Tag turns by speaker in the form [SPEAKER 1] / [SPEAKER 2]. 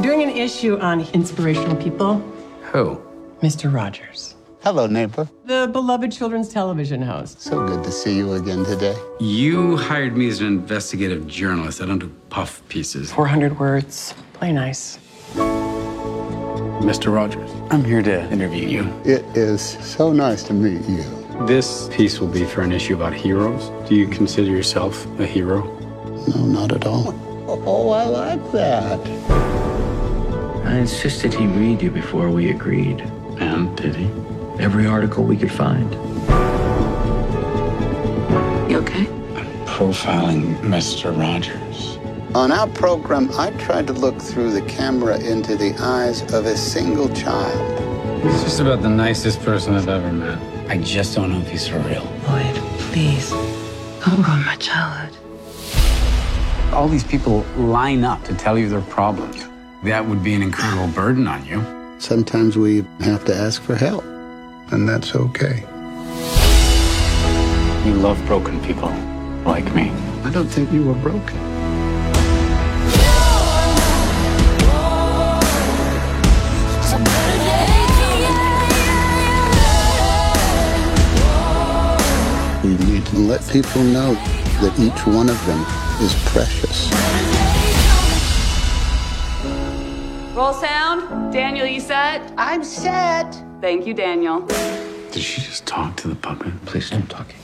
[SPEAKER 1] doing an issue on inspirational people,
[SPEAKER 2] Who?
[SPEAKER 1] Mr. Rogers,
[SPEAKER 3] Hello, neighbor.
[SPEAKER 1] the beloved children's television host.
[SPEAKER 3] So good to see you again today.
[SPEAKER 2] You hired me as an investigative journalist. I don't do puff pieces.
[SPEAKER 1] 400 words. Play nice.
[SPEAKER 2] Mr. Rogers, I'm here to interview you.
[SPEAKER 3] It is so nice to meet you.
[SPEAKER 2] This piece will be for an issue about heroes. Do you consider yourself a hero?
[SPEAKER 3] No, not at all. Oh, I like that.
[SPEAKER 4] I insisted he read you before we agreed.
[SPEAKER 2] And did he?
[SPEAKER 4] Every article we could find. You okay?
[SPEAKER 2] Profiling Mr. Rogers.
[SPEAKER 3] On our program, I tried to look through the camera into the eyes of a single child.
[SPEAKER 2] He's just about the nicest person I've ever met. I just don't know if he's for real.
[SPEAKER 4] Lloyd, please. Don't ruin my childhood.
[SPEAKER 2] All these people line up to tell you their problems. That would be an incredible burden on you.
[SPEAKER 3] Sometimes we have to ask for help, and that's okay.
[SPEAKER 2] You love broken people like me.
[SPEAKER 3] I don't think you were broken. We need to let people know that each one of them is precious.
[SPEAKER 5] Roll sound. Daniel, you set? I'm set. Thank you, Daniel.
[SPEAKER 2] Did she just talk to the puppet?
[SPEAKER 4] Please don't talk.